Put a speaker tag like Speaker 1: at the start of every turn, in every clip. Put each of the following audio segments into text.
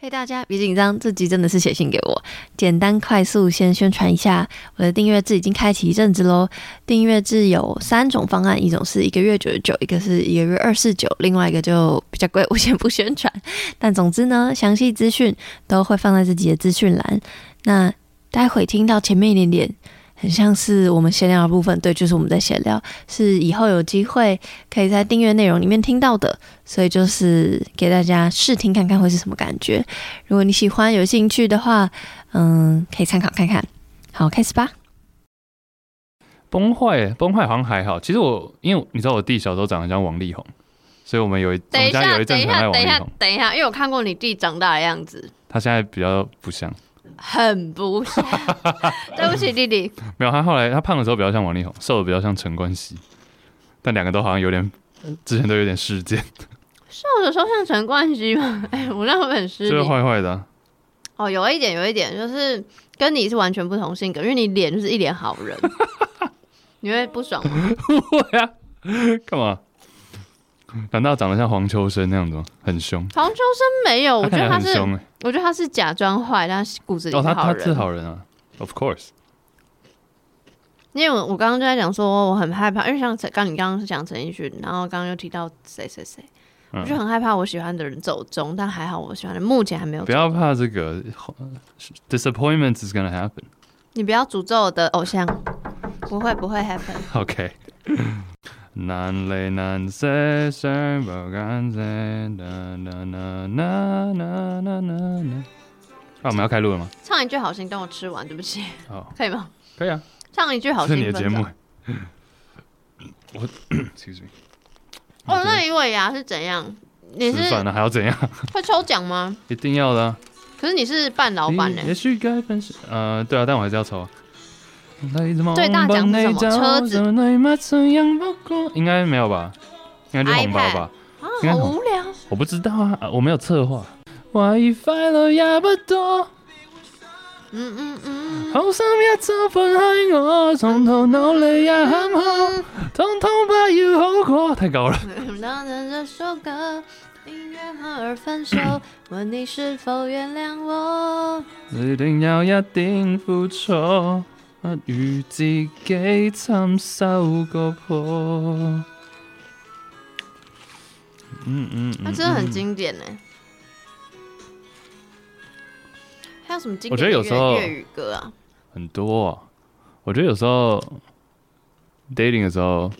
Speaker 1: 嘿、大家别紧张，这集真的是写信给我。简单快速先宣传一下，我的订阅制已经开启一阵子喽。订阅制有三种方案，一种是一个月九十九，一个是一个月二四九，另外一个就比较贵，我先不宣传。但总之呢，详细资讯都会放在自己的资讯栏。那待会听到前面一点点。很像是我们闲聊的部分，对，就是我们在闲聊，是以后有机会可以在订阅内容里面听到的，所以就是给大家试听看看会是什么感觉。如果你喜欢、有兴趣的话，嗯，可以参考看看。好，开始吧。
Speaker 2: 崩坏，崩坏好像还好。其实我因为你知道我弟小时候长得像王力宏，所以我们有一我
Speaker 1: 等
Speaker 2: 们
Speaker 1: 一
Speaker 2: 家
Speaker 1: 下，
Speaker 2: 有一阵
Speaker 1: 等一
Speaker 2: 子很爱
Speaker 1: 下，
Speaker 2: 王
Speaker 1: 等一
Speaker 2: 力
Speaker 1: 下
Speaker 2: 宏，，
Speaker 1: 等一下，因为我看过你弟长大的样子，
Speaker 2: 他现在比较不像。
Speaker 1: 很 不像。对不起，弟弟，
Speaker 2: 没有，他后来他胖的时候比较像王力宏，瘦的比较像陈冠希，但两个都好像有点之前都有点事件，
Speaker 1: 瘦的时候像陈冠希吗？ 哎、我那会不会很失
Speaker 2: 就是
Speaker 1: 礼。
Speaker 2: 坏坏的啊、
Speaker 1: 哦，有一点，有一点，就是跟你是完全不同性格，因为你脸就是一脸好 人，你会不爽吗？
Speaker 2: 对啊，干嘛？难道长得像黄秋生那样子吗？很凶，
Speaker 1: 黄秋生没有，哦我
Speaker 2: 他
Speaker 1: 觉
Speaker 2: 看起
Speaker 1: 得
Speaker 2: 来
Speaker 1: 他
Speaker 2: 很凶
Speaker 1: 是，
Speaker 2: 哎、
Speaker 1: 我觉得他是假装坏，但是骨子里
Speaker 2: 哦，
Speaker 1: 是
Speaker 2: 他他
Speaker 1: 好
Speaker 2: 是
Speaker 1: 人。
Speaker 2: 好人啊，Of course。
Speaker 1: 因为我我刚刚就在讲说我很害怕，因为像陈刚你刚刚是讲陈奕迅，然后刚刚又提到谁谁谁，我就
Speaker 2: 嗯，
Speaker 1: 很害怕我喜欢的人走中，但还好我喜欢的目前还没有
Speaker 2: 不
Speaker 1: 走。
Speaker 2: 要怕这个，disappointment is gonna happen。
Speaker 1: 你不要诅咒我的偶像，不会不会 happen。
Speaker 2: OK。难离难舍，想不干净。啦啦啦啦啦啦啦啦。啊，我们要开录了吗？
Speaker 1: 唱一句好心，等我吃完，对不起，
Speaker 2: 好，
Speaker 1: 可以吗？
Speaker 2: 嗯可以啊。
Speaker 1: 唱一句好
Speaker 2: 这
Speaker 1: 心
Speaker 2: 是你的
Speaker 1: 分
Speaker 2: 节目
Speaker 1: 手。。
Speaker 2: 我，excuse me。
Speaker 1: 哦，那你尾牙是怎样？你是
Speaker 2: 吃饭了还要怎样？
Speaker 1: 会抽奖吗？
Speaker 2: 一定要的啊。
Speaker 1: 可是你是半老板欸呢、
Speaker 2: 也许该分手。呃，对啊，但我还是要抽啊。
Speaker 1: 最大奖是什么车子
Speaker 2: 应该没有吧？应该就是红包吧？
Speaker 1: 啊，
Speaker 2: 应该
Speaker 1: 好
Speaker 2: 很
Speaker 1: 无聊。
Speaker 2: 我不知道啊，啊我没有策划。Wi-Fi 了也不多，
Speaker 1: 嗯嗯嗯。
Speaker 2: 好心一早分開我，從頭腦裏也坎坷，通通不要好過。太高了，
Speaker 1: 那的这首歌，因缘和而分手，问你是否原谅
Speaker 2: 嗯
Speaker 1: 我？
Speaker 2: 一定要一定付出，不如自己尋仇個破。嗯嗯，
Speaker 1: 它真的很经典欸呢、还有什么经典
Speaker 2: 我觉得有
Speaker 1: 的
Speaker 2: 时候
Speaker 1: 粤粤语歌啊？
Speaker 2: 很多啊、我觉得有时候 dating 的时候，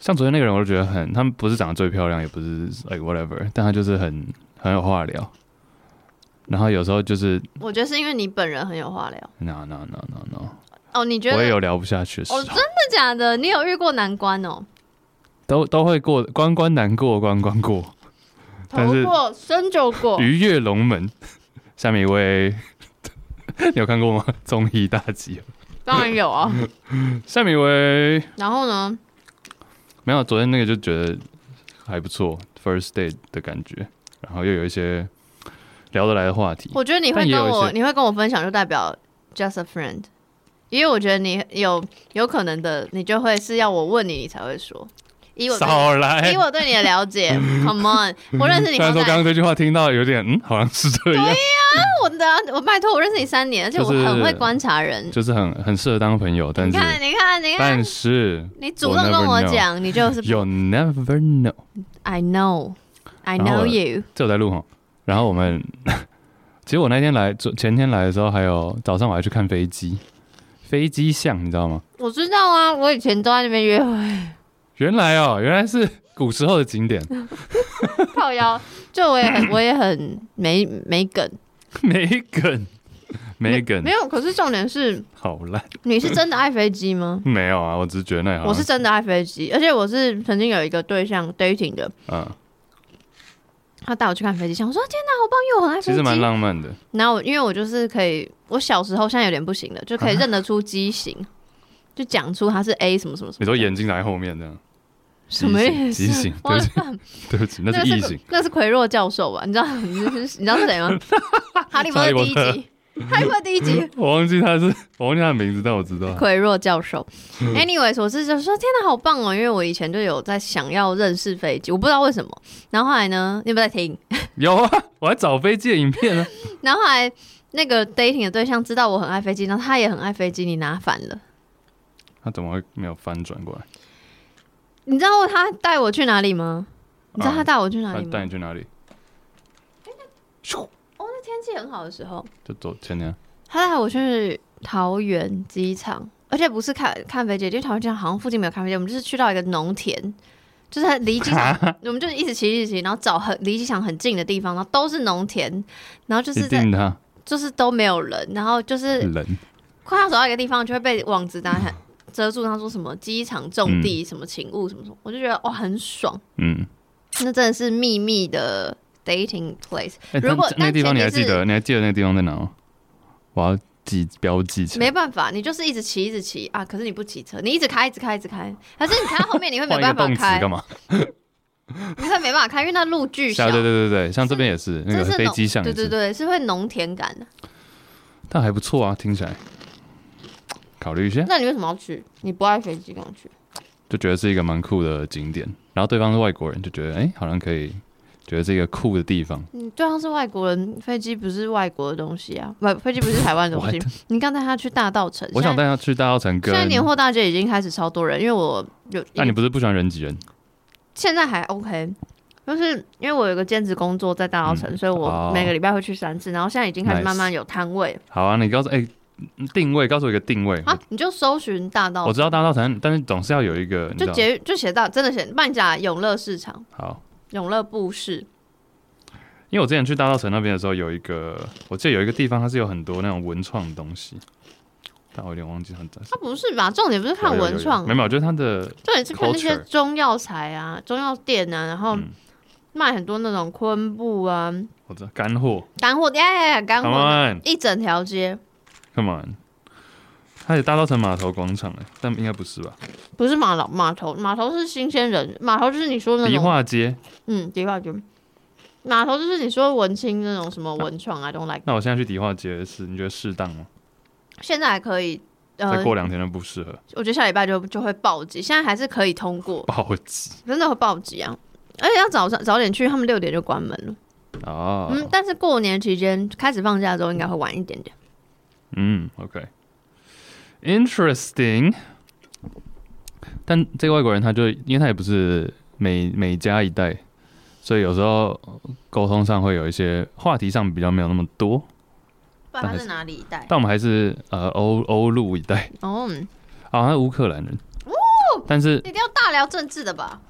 Speaker 2: 像昨天那个人，我就觉得很，他们不是长得最漂亮，也不是 like whatever，但他就是很很有话聊。然后有时候就是
Speaker 1: 我觉得是因为你本人很有话聊
Speaker 2: no no no no no，
Speaker 1: 哦。你觉得
Speaker 2: 我也
Speaker 1: 真
Speaker 2: 有聊不下去的时候，
Speaker 1: 哦真的假的？你有遇过难关哦？
Speaker 2: 都都会过关关难过关关过，但
Speaker 1: 头
Speaker 2: 是
Speaker 1: 过身就过，
Speaker 2: 鱼跃龙门。下面一位， 你有看过吗？综艺大集合。
Speaker 1: 当然 有啊。
Speaker 2: 下面一位，
Speaker 1: 然后呢？
Speaker 2: 没有，昨天那个就觉得还不错，first date 的感觉，然后又有一些聊得来的话题。
Speaker 1: 我觉得你会
Speaker 2: 但也
Speaker 1: 跟
Speaker 2: 有一
Speaker 1: 我，
Speaker 2: 些
Speaker 1: 你会跟我分享，就代表 just a friend，因为我觉得你有有可能的，你就会是要我问你，你才会说。以我对
Speaker 2: 少来
Speaker 1: 以！我对你的 了解，Come on，我认识你
Speaker 2: 虽然
Speaker 1: 好
Speaker 2: 说刚
Speaker 1: 歹，
Speaker 2: 刚这句话听到有点，嗯，好像是这样，
Speaker 1: 我的啊我拜托，我认识你三年，而且我
Speaker 2: 就是
Speaker 1: 很会观察人。
Speaker 2: 就是很很适合当朋友，但
Speaker 1: 你
Speaker 2: 是
Speaker 1: 看，你看，你看，
Speaker 2: 但是
Speaker 1: 你主动跟
Speaker 2: never
Speaker 1: 我
Speaker 2: know
Speaker 1: 讲，你就是
Speaker 2: you never know，
Speaker 1: I know，I
Speaker 2: 然后
Speaker 1: know
Speaker 2: 我
Speaker 1: you。
Speaker 2: 这我在录哈。然后我们， 其实我那天来，昨前天来的时候，还有早上我还去看飞机，飞机像你知道吗？
Speaker 1: 我知道啊，我以前都在那边约会，
Speaker 2: 原来哦，原来是古时候的景 点，
Speaker 1: 靠腰，就我也很，我也很没没梗，
Speaker 2: 梅梗，梅梗
Speaker 1: 没，有。可是重点是，
Speaker 2: 好烂。？
Speaker 1: 你是真的爱飞机吗
Speaker 2: 没有啊，我只是觉得那好像
Speaker 1: 我是真的爱飞机，而且我是曾经有一个对象 dating 的，
Speaker 2: 嗯，
Speaker 1: 他带我去看飞机，想说天哪，好棒，因为我很爱
Speaker 2: 其实蛮
Speaker 1: 飞机。
Speaker 2: 浪漫的。
Speaker 1: 然后我因为我就是可以，我小时候现在有点不行了，就
Speaker 2: 啊
Speaker 1: 可以认得出机型，就讲出它是 A 什么什么什
Speaker 2: 你
Speaker 1: 么。
Speaker 2: 说眼睛拿在后面这样，
Speaker 1: 什么意思？
Speaker 2: 畸形畸形
Speaker 1: 我
Speaker 2: 对 对不起，那是异
Speaker 1: 那
Speaker 2: 形
Speaker 1: 是。那是奎若教授吧？你知道 你知道是谁吗？哈利波特第一
Speaker 2: 哈利嗯
Speaker 1: 集，泰国第一集，
Speaker 2: 我忘记他是， 我忘记他的名字，但我知道。
Speaker 1: 奎若教授。Anyways，我
Speaker 2: 嗯
Speaker 1: 是就说天哪，好棒哦！因为我以前就有在想要认识飞机，我不知道为什么。然后后来呢，你有没有在听？
Speaker 2: 有啊，我还找飞机的影片呢、
Speaker 1: 然后后来那个 dating 的对象知道我很爱飞机，然后他也很爱飞机，你拿反了。
Speaker 2: 他怎么会没有翻转过来？
Speaker 1: 你知道他带我去哪里吗？你知道他带我去哪
Speaker 2: 啊他
Speaker 1: 里吗？
Speaker 2: 带你去哪里？
Speaker 1: 哦，那天气很好的时候，
Speaker 2: 就走前啊年。
Speaker 1: 他带我去桃园机场，而且不是看看飞机，因为桃园机场好像附近没有咖啡机，我们就是去到一个农田，就是离机场，我们就一直骑一直骑，然后找很离机场很近的地方，然后都是农田，然后就
Speaker 2: 一
Speaker 1: 是在
Speaker 2: 定的嗯啊
Speaker 1: 就是都没有人，然后就是
Speaker 2: 人，
Speaker 1: 快要走到一个地方，就会被网子拿下遮住，他说什么机场种地、什么请勿什么什么，我就觉得哇哦很爽，
Speaker 2: 嗯，
Speaker 1: 那真的是秘密的 dating place，
Speaker 2: 哎
Speaker 1: 如果
Speaker 2: 但那个地方
Speaker 1: 但前提
Speaker 2: 你还记
Speaker 1: 是
Speaker 2: 得？你还记得那个地方在哪吗？我要记标记起来。
Speaker 1: 没办法，你就是一直骑，一直骑啊！可是你不骑车，你一直开，一直开，一直开，可是你开到后面你会没
Speaker 2: 换一个
Speaker 1: 办法
Speaker 2: 动词
Speaker 1: 开
Speaker 2: 干，嘛？
Speaker 1: 你会没办法开，因为那路巨
Speaker 2: 是啊
Speaker 1: 小。
Speaker 2: 对对对对，像这边也是那
Speaker 1: 这
Speaker 2: 个
Speaker 1: 是
Speaker 2: 飞
Speaker 1: 农
Speaker 2: 机像也
Speaker 1: 对对
Speaker 2: 是，
Speaker 1: 对，是会农田感的。
Speaker 2: 但还不错啊，听起来。考虑一下，
Speaker 1: 那你为什么要去？你不爱飞机，跟我去？
Speaker 2: 就觉得是一个蛮酷的景点。然后对方是外国人，就觉得哎、好像可以，觉得是一个酷的地方。
Speaker 1: 你对方是外国人，飞机不是外国的东西啊，不，飞机不是台湾的 东西
Speaker 2: What？。
Speaker 1: 你刚带他去大道城，
Speaker 2: 我想
Speaker 1: 现在
Speaker 2: 带他去大稻城
Speaker 1: 现在
Speaker 2: 跟，啊
Speaker 1: 年货大街已经开始超多人，因为我有，
Speaker 2: 那、你不是不喜欢人挤人？
Speaker 1: 现在还 OK。就是因为我有个兼职工作在大稻城，
Speaker 2: 嗯
Speaker 1: 所以我
Speaker 2: 哦
Speaker 1: 每个礼拜会去三次，然后现在已经开始
Speaker 2: Nice
Speaker 1: 慢慢有摊位了
Speaker 2: 好啊，你告诉哎、定位，告诉我一个定位。
Speaker 1: 啊，你就搜寻大道
Speaker 2: 我知道大稻城，但是总是要有一个，你知
Speaker 1: 就
Speaker 2: 道
Speaker 1: 捷就写到真的写半甲永乐市场、
Speaker 2: 好，
Speaker 1: 永乐布市，
Speaker 2: 因为我之前去大稻城那边的时候，有一个，我记得有一个地方，它是有很多那种文创的东西，但我有点忘记它的。
Speaker 1: 它不是吧？重点不是看
Speaker 2: 有有
Speaker 1: 文
Speaker 2: 有
Speaker 1: 创，啊
Speaker 2: 没有，没有就是它的
Speaker 1: 重点是看那些
Speaker 2: culture
Speaker 1: 中药材啊、中药店啊，然后
Speaker 2: 嗯
Speaker 1: 卖很多那种昆布啊、
Speaker 2: 我知道干货
Speaker 1: 干货店、哎哎哎干
Speaker 2: ，Come
Speaker 1: 货
Speaker 2: on
Speaker 1: 一整条街，
Speaker 2: Come on，它有大稻城码头广场哎、但应该不是吧？
Speaker 1: 不是码头码头码头是新鲜人，码头就是你说那
Speaker 2: 迪
Speaker 1: 种
Speaker 2: 化街，
Speaker 1: 嗯迪化街，码头就是你说文青那种什么文创啊，东来、
Speaker 2: 那我现在去迪化街是你觉得适当吗？
Speaker 1: 现在还可以。呃
Speaker 2: 再，过两天就不适合，
Speaker 1: 我觉得下礼拜就就会暴击，现在还是可以通过，
Speaker 2: 暴击
Speaker 1: 真的会暴击啊！而且要早上早点去，他们六点就关门了。
Speaker 2: 哦。
Speaker 1: 嗯，但是过年期间开始放假之后，应该会晚一点点。
Speaker 2: 嗯，OK，interesting、但这个外国人他就，因为他也不是美美加一代，所以有时候沟通上会有一些话题上比较没有那么多。
Speaker 1: 不然他是哪里一带？
Speaker 2: 但我们还是呃欧欧陆一代
Speaker 1: 哦，嗯
Speaker 2: 啊，他是乌克兰人，
Speaker 1: 哦
Speaker 2: 但是
Speaker 1: 一定要大聊政治的吧？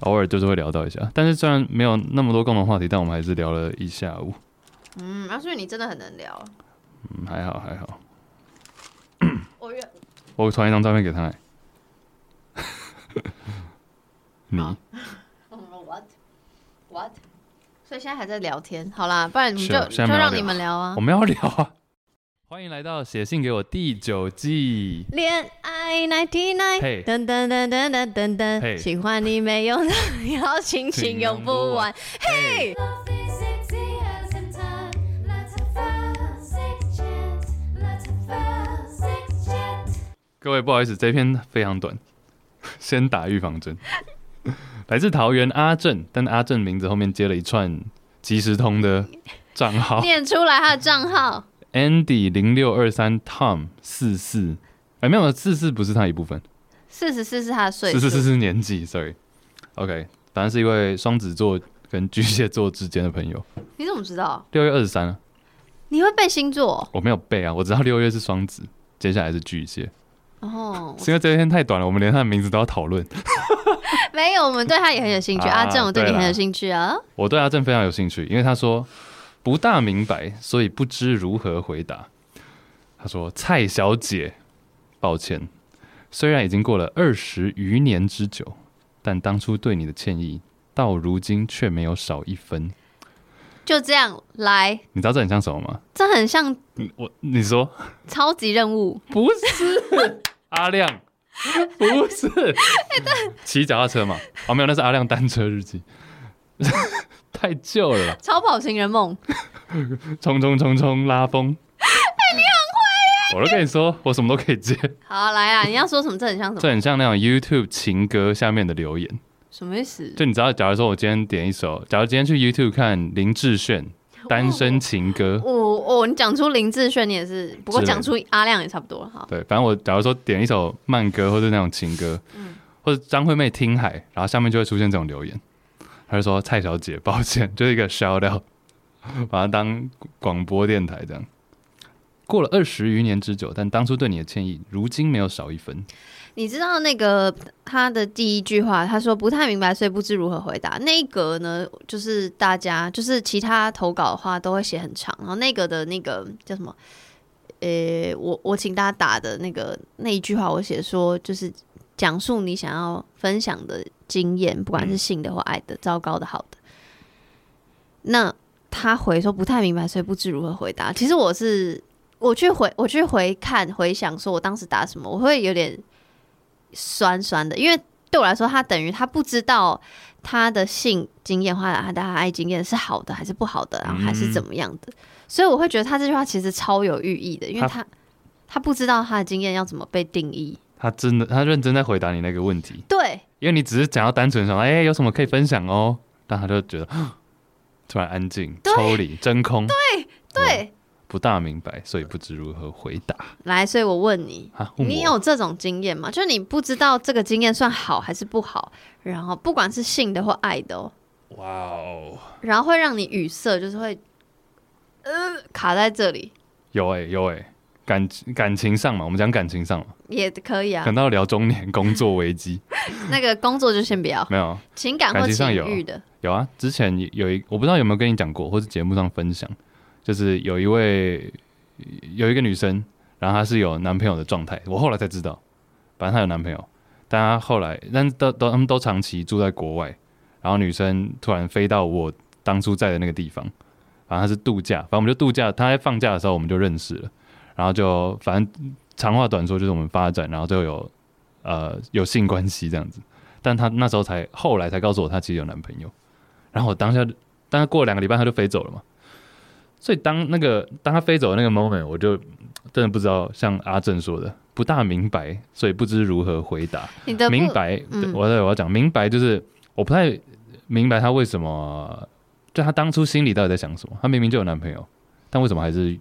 Speaker 2: 偶尔就是会聊到一下。但是虽然没有那么多共同话题，但我们还是聊了一下午。
Speaker 1: 嗯，啊，所以你真的很能聊。
Speaker 2: 嗯，还好还好。
Speaker 1: 我觉得
Speaker 2: 我传一张照片给他、欸你
Speaker 1: 好哦 what what，所以现在还在聊天。好啦，不然我们
Speaker 2: 是啊
Speaker 1: 就就
Speaker 2: 现在没有
Speaker 1: 让
Speaker 2: 聊
Speaker 1: 你们聊啊
Speaker 2: 我。们要聊啊！欢迎来到写信给我第九季。
Speaker 1: 恋爱 ninety nine，
Speaker 2: 嘿
Speaker 1: 噔噔噔噔噔噔噔，
Speaker 2: 嘿
Speaker 1: 喜欢你没用的 邀请，请用不完。嘿。嗯
Speaker 3: Love is sexy as in time. Let's have a six chance. Let's have a six chance.
Speaker 2: 各位不好意思，这篇非常短， 先打预防针。 来自桃园阿正，但阿正名字后面接了一串即时通的账号
Speaker 1: 念出来他的账号。
Speaker 2: ：Andy 零六二三 Tom 四四。哎，没有，四四不是他一部分，
Speaker 1: 四十四是他的岁数，
Speaker 2: 四四四是年纪，sorry。OK，反正是一位双子座跟巨蟹座之间的朋友。
Speaker 1: 你怎么知道？
Speaker 2: 六月二十三，啊
Speaker 1: 你会背星座？
Speaker 2: 我没有背啊，我知道六月是双子，接下来是巨蟹。
Speaker 1: 哦，
Speaker 2: 是因为这篇太短了，我们连他的名字都要讨论。
Speaker 1: 没有，我们对他也很有兴趣。
Speaker 2: 啊
Speaker 1: 阿正，我对你
Speaker 2: 对啦
Speaker 1: 很有兴趣啊。
Speaker 2: 我对阿正非常有兴趣，因为他说不大明白，所以不知如何回答。他说：“蔡小姐，抱歉，虽然已经过了二十余年之久，但当初对你的歉意到如今却没有少一分。
Speaker 1: 就这样来，
Speaker 2: 你知道这很像什么吗？
Speaker 1: 这很像
Speaker 2: 嗯我你说
Speaker 1: 超级任务。
Speaker 2: 不是阿亮，不是骑脚踏车嘛？哦，没有，那是阿亮单车日记， 太旧了啦。”
Speaker 1: 超跑情人梦，
Speaker 2: 冲冲冲冲拉风，我都跟你说，我什么都可以接。
Speaker 1: 好，来啊！你要说什么？这很像什
Speaker 2: 这
Speaker 1: 么？
Speaker 2: 很像那种 YouTube 情歌下面的留言。
Speaker 1: 什么意思？
Speaker 2: 就你知道，假如说我今天点一首，假如今天去 YouTube 看林志炫《单身情歌》，
Speaker 1: 哦哦，你讲出林志炫，你也是，不过
Speaker 2: 之类的
Speaker 1: 讲出阿亮也差不多了。好，
Speaker 2: 对，反正我假如说点一首慢歌或者那种情歌，
Speaker 1: 嗯
Speaker 2: 或者张惠妹《听海》，然后下面就会出现这种留言，他就说蔡小姐，抱歉， 就是一个 shout out，把它当广播电台这样。过了二十余年之久，但当初对你的歉意，如今没有少一分。
Speaker 1: 你知道那个他的第一句话，他说不太明白，所以不知如何回答。那一格呢，就是大家就是其他投稿的话都会写很长，然后那个的那个叫什么？呃、我我请大家打的那个那一句话，我写说就是讲述你想要分享的经验，不管是性的或爱的，糟糕的、好的。那他回说不太明白，所以不知如何回答。其实我是我去回我去回看回想，说我当时答什么，我会有点酸酸的，因为对我来说，他等于他不知道他的性经验或者他的爱经验是好的还是不好的，然啊后还是怎么样的，所以我会觉得他这句话其实超有寓意的，因为
Speaker 2: 他
Speaker 1: 他他不知道他的经验要怎么被定义。
Speaker 2: 他真的，他认真在回答你那个问题，
Speaker 1: 对，
Speaker 2: 因为你只是讲到单纯想，哎、有什么可以分享哦，但他就觉得 突然安静、
Speaker 1: 对
Speaker 2: 抽离、真空，对
Speaker 1: 对，
Speaker 2: 不大明白，所以不知如何回答
Speaker 1: 来，所以我问你，
Speaker 2: 啊。问
Speaker 1: 你
Speaker 2: 我
Speaker 1: 有这种经验吗？就是你不知道这个经验算好还是不好，然后不管是性的或爱的哦，
Speaker 2: 哇哦，
Speaker 1: 然后会让你语塞，就是会呃卡在这里
Speaker 2: 有哎、有哎、感感情上嘛，我们讲感情上嘛，
Speaker 1: 也可以啊
Speaker 2: 讲。到聊中年工作危机，
Speaker 1: 那个工作就先不要，
Speaker 2: 没有
Speaker 1: 情感或
Speaker 2: 感情
Speaker 1: 情
Speaker 2: 上有
Speaker 1: 欲的，
Speaker 2: 有啊，之前有一我不知道有没有跟你讲过，或是节目上分享，就是有一位有一个女生，然后她是有男朋友的状态，我后来才知道，反正她有男朋友，但她后来但都都他们都长期住在国外，然后女生突然飞到我当初在的那个地方，反正她是度假，反正我们就度假，她在放假的时候我们就认识了，然后就反正长话短说就是我们发展，然后就有呃有性关系这样子。但她那时候才后来才告诉我，她其实有男朋友。然后我当下，但他过了两个礼拜他就飞走了嘛。所以当那个当他飞走的那个 moment，我就真的不知道，像阿正说的，不大明白，所以不知如何回答。
Speaker 1: 你的不
Speaker 2: 明白，
Speaker 1: 嗯
Speaker 2: 对我对我要讲明白，就是我不太明白他为什么，就他当初心里到底在想什么？他明明就有男朋友，但为什么还是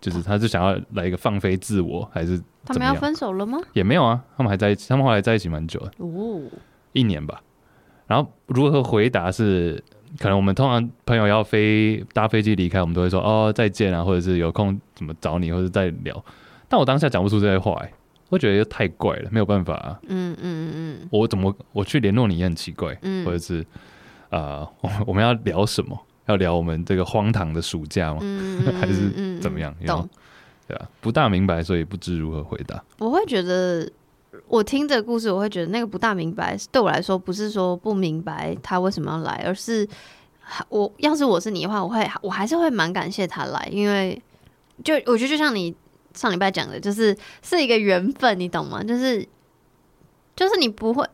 Speaker 2: 就是他是想要来一个放飞自我，还是怎
Speaker 1: 他们
Speaker 2: 么
Speaker 1: 要
Speaker 2: 样
Speaker 1: 分手了吗？
Speaker 2: 也没有啊？他们还在一起，他们后来在一起蛮久的。
Speaker 1: 哦，
Speaker 2: 一年吧。然后如何回答是，可能我们通常朋友要飞搭飞机离开，我们都会说哦再见啊，或者是有空怎么找你，或者再聊。但我当下讲不出这些话、欸，我觉得又太怪了，没有办法、啊。
Speaker 1: 嗯嗯嗯
Speaker 2: 我怎么我去联络你也很奇怪，
Speaker 1: 嗯
Speaker 2: 或者是啊、呃，我 我们要聊什么？要聊我们这个荒唐的暑假吗？
Speaker 1: 嗯嗯，
Speaker 2: 还是
Speaker 1: 嗯嗯嗯
Speaker 2: 怎么样
Speaker 1: 懂。
Speaker 2: 对吧、不大明白，所以不知如何回答。
Speaker 1: 我会觉得，我听这个故事，我会觉得那个不大明白，对我来说不是说不明白他为什么要来，而是我要是我是你的话，我会我还是会蛮感谢他来，因为就我觉得就像你上礼拜讲的，就是是一个缘分，你懂吗？就是就是你不会，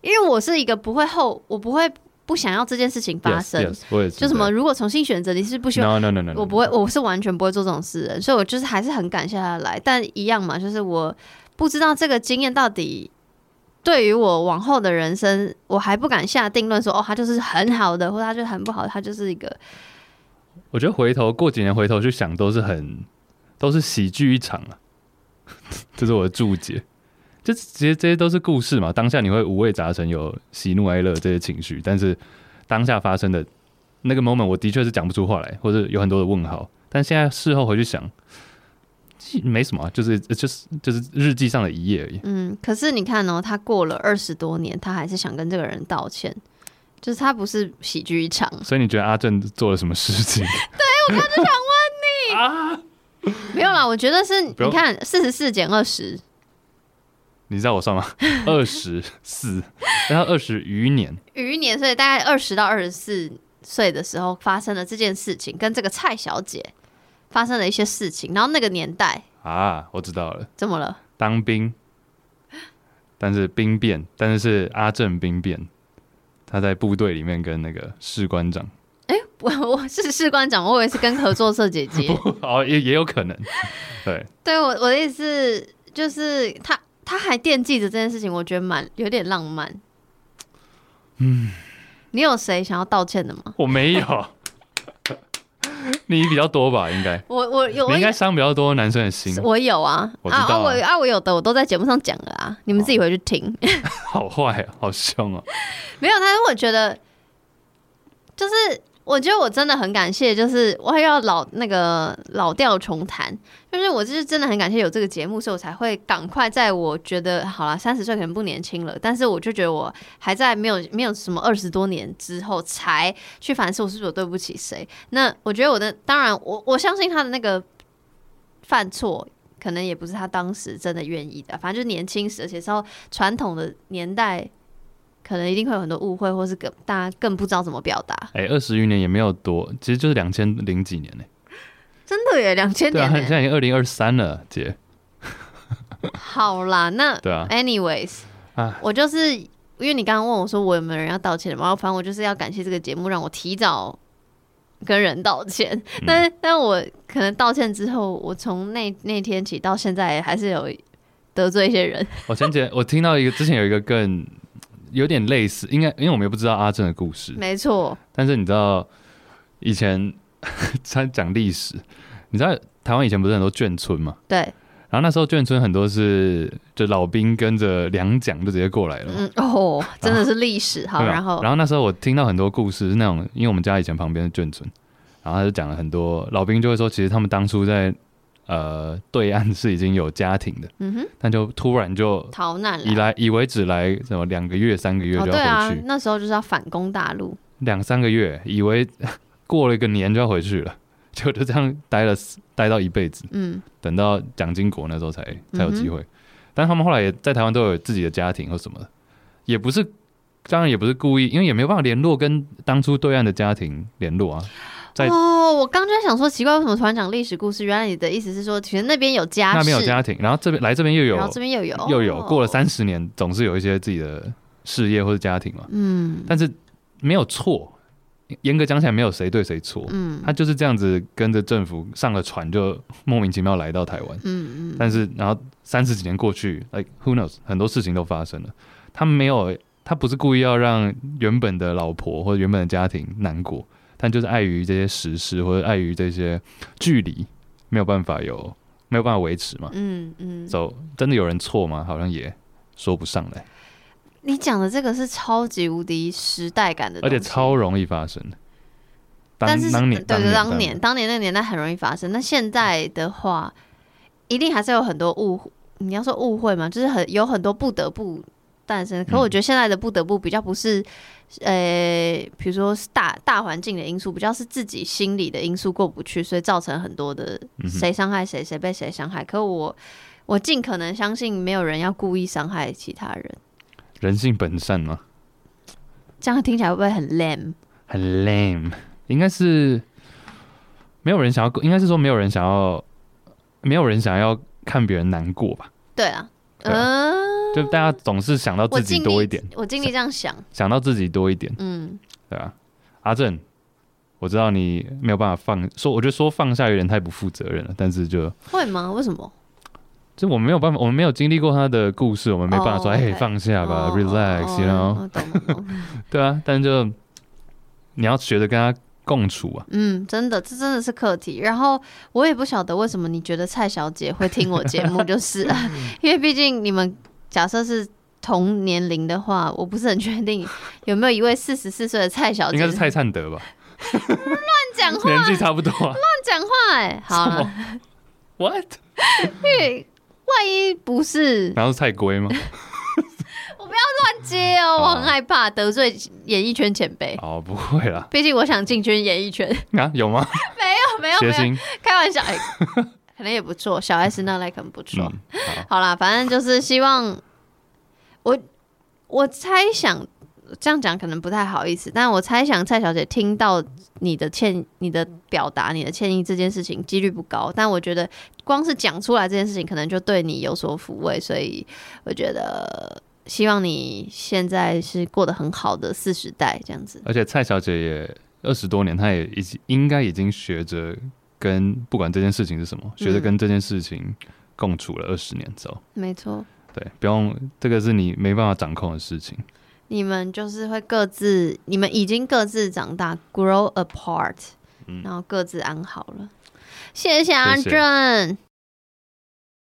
Speaker 1: 因为我是一个不会后，我不会不想要这件事情发
Speaker 2: Yes,
Speaker 1: 生。
Speaker 2: yes, 我也是
Speaker 1: 就什么，
Speaker 2: 对
Speaker 1: 如果重新选择，你是不希望
Speaker 2: No no no no，, no
Speaker 1: 我不会，我是完全不会做这种事的人，所以我就是还是很感谢他来，但一样嘛，就是我不知道这个经验到底对于我往后的人生，我还不敢下定论说哦，他就是很好的，或者他就很不好，他就是一个
Speaker 2: 我觉得回头过几年回头去想，都是很都是喜剧一场啊， 这是我的注解。这其实这些都是故事嘛，当下你会五味杂陈，有喜怒哀乐这些情绪，但是当下发生的那个 moment，我的确是讲不出话来，或者有很多的问号。但现在事后回去想，其没什么、啊，就是 it's just 就是日记上的一页而已。
Speaker 1: 嗯。可是你看哦，他过了二十多年，他还是想跟这个人道歉，就是他不是喜剧一场。
Speaker 2: 所以你觉得阿正做了什么事情？
Speaker 1: 没有啦，我觉得是
Speaker 2: 不用
Speaker 1: 你看四十四减二十
Speaker 2: 你知道我算吗？二十四，然后二十余年，
Speaker 1: 余年，所以大概二十到二十四岁的时候发生了这件事情，跟这个蔡小姐发生了一些事情。然后那个年代
Speaker 2: 啊，我知道了。
Speaker 1: 怎么 了？
Speaker 2: 当兵，但是兵变，但是是阿正兵变，他在部队里面跟那个士官长，
Speaker 1: 我我是士官长，我以为是跟合作社姐姐。
Speaker 2: 哦，也也有可能，对，
Speaker 1: 对我我的意思是就是他他还惦记着这件事情，我觉得蛮有点浪漫。嗯，你有谁想要道歉的吗？
Speaker 2: 我没有，你比较多吧？应该，
Speaker 1: 我我有
Speaker 2: 你
Speaker 1: 我
Speaker 2: 应该
Speaker 1: 有
Speaker 2: 伤比较多男生的心，
Speaker 1: 我有啊
Speaker 2: 我知
Speaker 1: 啊
Speaker 2: 道啊
Speaker 1: 啊我啊我有的我都在节目上讲了啊，你们自己回去听。
Speaker 2: 好坏啊，好凶啊！
Speaker 1: 没有，但是我觉得就是。我觉得我真的很感谢，就是我还要老那个老调重弹，就是我就是真的很感谢有这个节目，所以我才会赶快在我觉得好了，三十岁可能不年轻了，但是我就觉得我还在没有没有什么二十多年之后才去反思我是不是有对不起谁。那我觉得我的当然我我相信他的那个犯错。可能也不是他当时真的愿意的，反正就是年轻时，而且是要传统的年代，可能一定会有很多误会，或是更大家更不知道怎么表达。
Speaker 2: 哎、二十余年也没有多，其实就是两千零几年呢、
Speaker 1: 真的耶，两千
Speaker 2: 对啊，
Speaker 1: 年耶、
Speaker 2: 现在已经二零二三了，姐。
Speaker 1: 好啦，那
Speaker 2: 对啊，
Speaker 1: anyways，
Speaker 2: 啊
Speaker 1: 我就是因为你刚刚问我说我有没有人要道歉，然后反正我就是要感谢这个节目让我提早跟人道歉，
Speaker 2: 嗯
Speaker 1: 但是但我可能道歉之后，我从那那天起到现在还是有得罪一些人，
Speaker 2: 我前姐，我听到一个之前有一个更有点类似，应该因为我们也不知道阿正的故事，
Speaker 1: 没错，
Speaker 2: 但是你知道以前 他讲历史，你知道台湾以前不是很多眷村嘛？
Speaker 1: 对，
Speaker 2: 然后那时候眷村很多是就老兵跟着两蒋就直接过来了嘛。
Speaker 1: 嗯，哦，真的是历史，好，
Speaker 2: 啊对吧
Speaker 1: 然后
Speaker 2: 然后那时候我听到很多故事是那种，因为我们家以前旁边是眷村，然后他就讲了很多老兵就会说，其实他们当初在呃对岸是已经有家庭的，
Speaker 1: 嗯哼，
Speaker 2: 但就突然就
Speaker 1: 逃难
Speaker 2: 以
Speaker 1: 了。
Speaker 2: 来以为只来什么两个月三个月
Speaker 1: 哦，
Speaker 2: 就
Speaker 1: 对
Speaker 2: 要
Speaker 1: 啊
Speaker 2: 回去，，
Speaker 1: 那时候就是要反攻大陆，
Speaker 2: 两、三个月以为 过了一个年就要回去了， 就就这样待了待到一辈子，
Speaker 1: 嗯，
Speaker 2: 等到蒋经国那时候才才有机会。但他们后来也在台湾都有自己的家庭或什么的，也不是，当然也不是故意，因为也没有办法联络跟当初对岸的家庭联络啊。在
Speaker 1: 哦，我刚就在想说，奇怪，为什么突然讲历史故事？原来你的意思是说，其实那边有家室，
Speaker 2: 那边有家庭，然后这边来这边又有
Speaker 1: 啊然后这边又有，
Speaker 2: 又有，过了
Speaker 1: 哦，
Speaker 2: 三十年，总是有一些自己的事业或者家庭嘛。
Speaker 1: 嗯
Speaker 2: 但是没有错，严格讲起来没有谁对谁错，
Speaker 1: 嗯
Speaker 2: 他就是这样子跟着政府上了船，就莫名其妙来到台湾。
Speaker 1: 嗯嗯，
Speaker 2: 但是然后三十几年过去，like who knows，很多事情都发生了。他没有，他不是故意要让原本的老婆或者原本的家庭难过，但就是碍于这些时事或者碍于这些距离，没有办法有没有办法维持嘛。
Speaker 1: 嗯嗯，
Speaker 2: 走、真的有人错吗？好像也说不上来，
Speaker 1: 你讲的这个是超级无敌时代感的
Speaker 2: 而
Speaker 1: 东西，
Speaker 2: 且超容易发生的。当
Speaker 1: 但是
Speaker 2: 当年
Speaker 1: 对对，
Speaker 2: 当
Speaker 1: 当年当年那个年代很容易发生。那现在的话，一定还是有很多误会，你要说误会嘛，就是很有很多不得不诞生。可我
Speaker 2: 嗯
Speaker 1: 觉得现在的不得不比较不是，呃，比如说是大大环境的因素，比较是自己心理的因素过不去，所以造成很多的
Speaker 2: 嗯哼
Speaker 1: 谁伤害谁，谁被谁伤害。可我我尽可能相信没有人要故意伤害其他人，
Speaker 2: 人性本善嘛，
Speaker 1: 这样听起来会不会很 lame？
Speaker 2: 很 lame，应该是没有人想要，应该是说没有人想要，没有人想要看别人难过吧？
Speaker 1: 对啊，
Speaker 2: 对啊
Speaker 1: 嗯、
Speaker 2: 就大家总是想到
Speaker 1: 我
Speaker 2: 自己
Speaker 1: 尽
Speaker 2: 多一
Speaker 1: 力
Speaker 2: 点，，
Speaker 1: 我尽力这样想，
Speaker 2: 想到自己多一点，
Speaker 1: 嗯。
Speaker 2: 对吧、阿正，我知道你没有办法放说，我觉得说放下有点太不负责任了，但是就
Speaker 1: 会吗？为什么？
Speaker 2: 就我们没有办法，我们没有经历过他的故事，我们没办法说，
Speaker 1: 哦
Speaker 2: 哎、
Speaker 1: OK
Speaker 2: 放下吧、
Speaker 1: 哦
Speaker 2: r e l a x
Speaker 1: 哦
Speaker 2: y o u know，、
Speaker 1: 哦懂懂懂
Speaker 2: 对啊，但就你要学着跟他共处啊。
Speaker 1: 嗯，真的，这真的是课题。然后我也不晓得为什么你觉得蔡小姐会听我节目， 就是 了因为毕竟你们假设是同年龄的话，我不是很确定有没有一位四十四岁的蔡小姐
Speaker 2: 应该是蔡灿德 吧，
Speaker 1: 讲话
Speaker 2: 年纪差不多 啊。
Speaker 1: 讲话哎、好
Speaker 2: 什
Speaker 1: 了，
Speaker 2: 么？What？
Speaker 1: 因为万一不是
Speaker 2: 然后是蔡圭 吗？
Speaker 1: 乱接哦，我很
Speaker 2: 哦
Speaker 1: 害怕得罪演艺圈前辈。
Speaker 2: 哦，不会啦，
Speaker 1: 毕竟我想进军演艺圈，
Speaker 2: 啊，有吗？
Speaker 1: 哦没有 没
Speaker 2: 谐
Speaker 1: 有，
Speaker 2: 星，
Speaker 1: 开玩笑，哎 可能也不错，小 S 那 like 很不错。
Speaker 2: 嗯，好，
Speaker 1: 好啦，反正就是希望我我猜想这样讲可能不太好意思，但我猜想蔡小姐听到你的歉、你的表达、你的歉意这件事情几率不高，但我觉得光是讲出来这件事情，可能就对你有所抚慰，所以我觉得希望你现在是过得很好的四十代这样子。
Speaker 2: 而且蔡小姐也二十多年，她也已经应该已经学着跟不管这件事情是什么，学着
Speaker 1: 嗯
Speaker 2: 跟这件事情共处了二十年之后，
Speaker 1: 没错，
Speaker 2: 对，不用这个是你没办法掌控的事情，
Speaker 1: 你们就是会各自，你们已经各自长大，grow apart，、
Speaker 2: 嗯
Speaker 1: 然后各自安好了。谢谢阿
Speaker 2: 谢谢
Speaker 1: 正，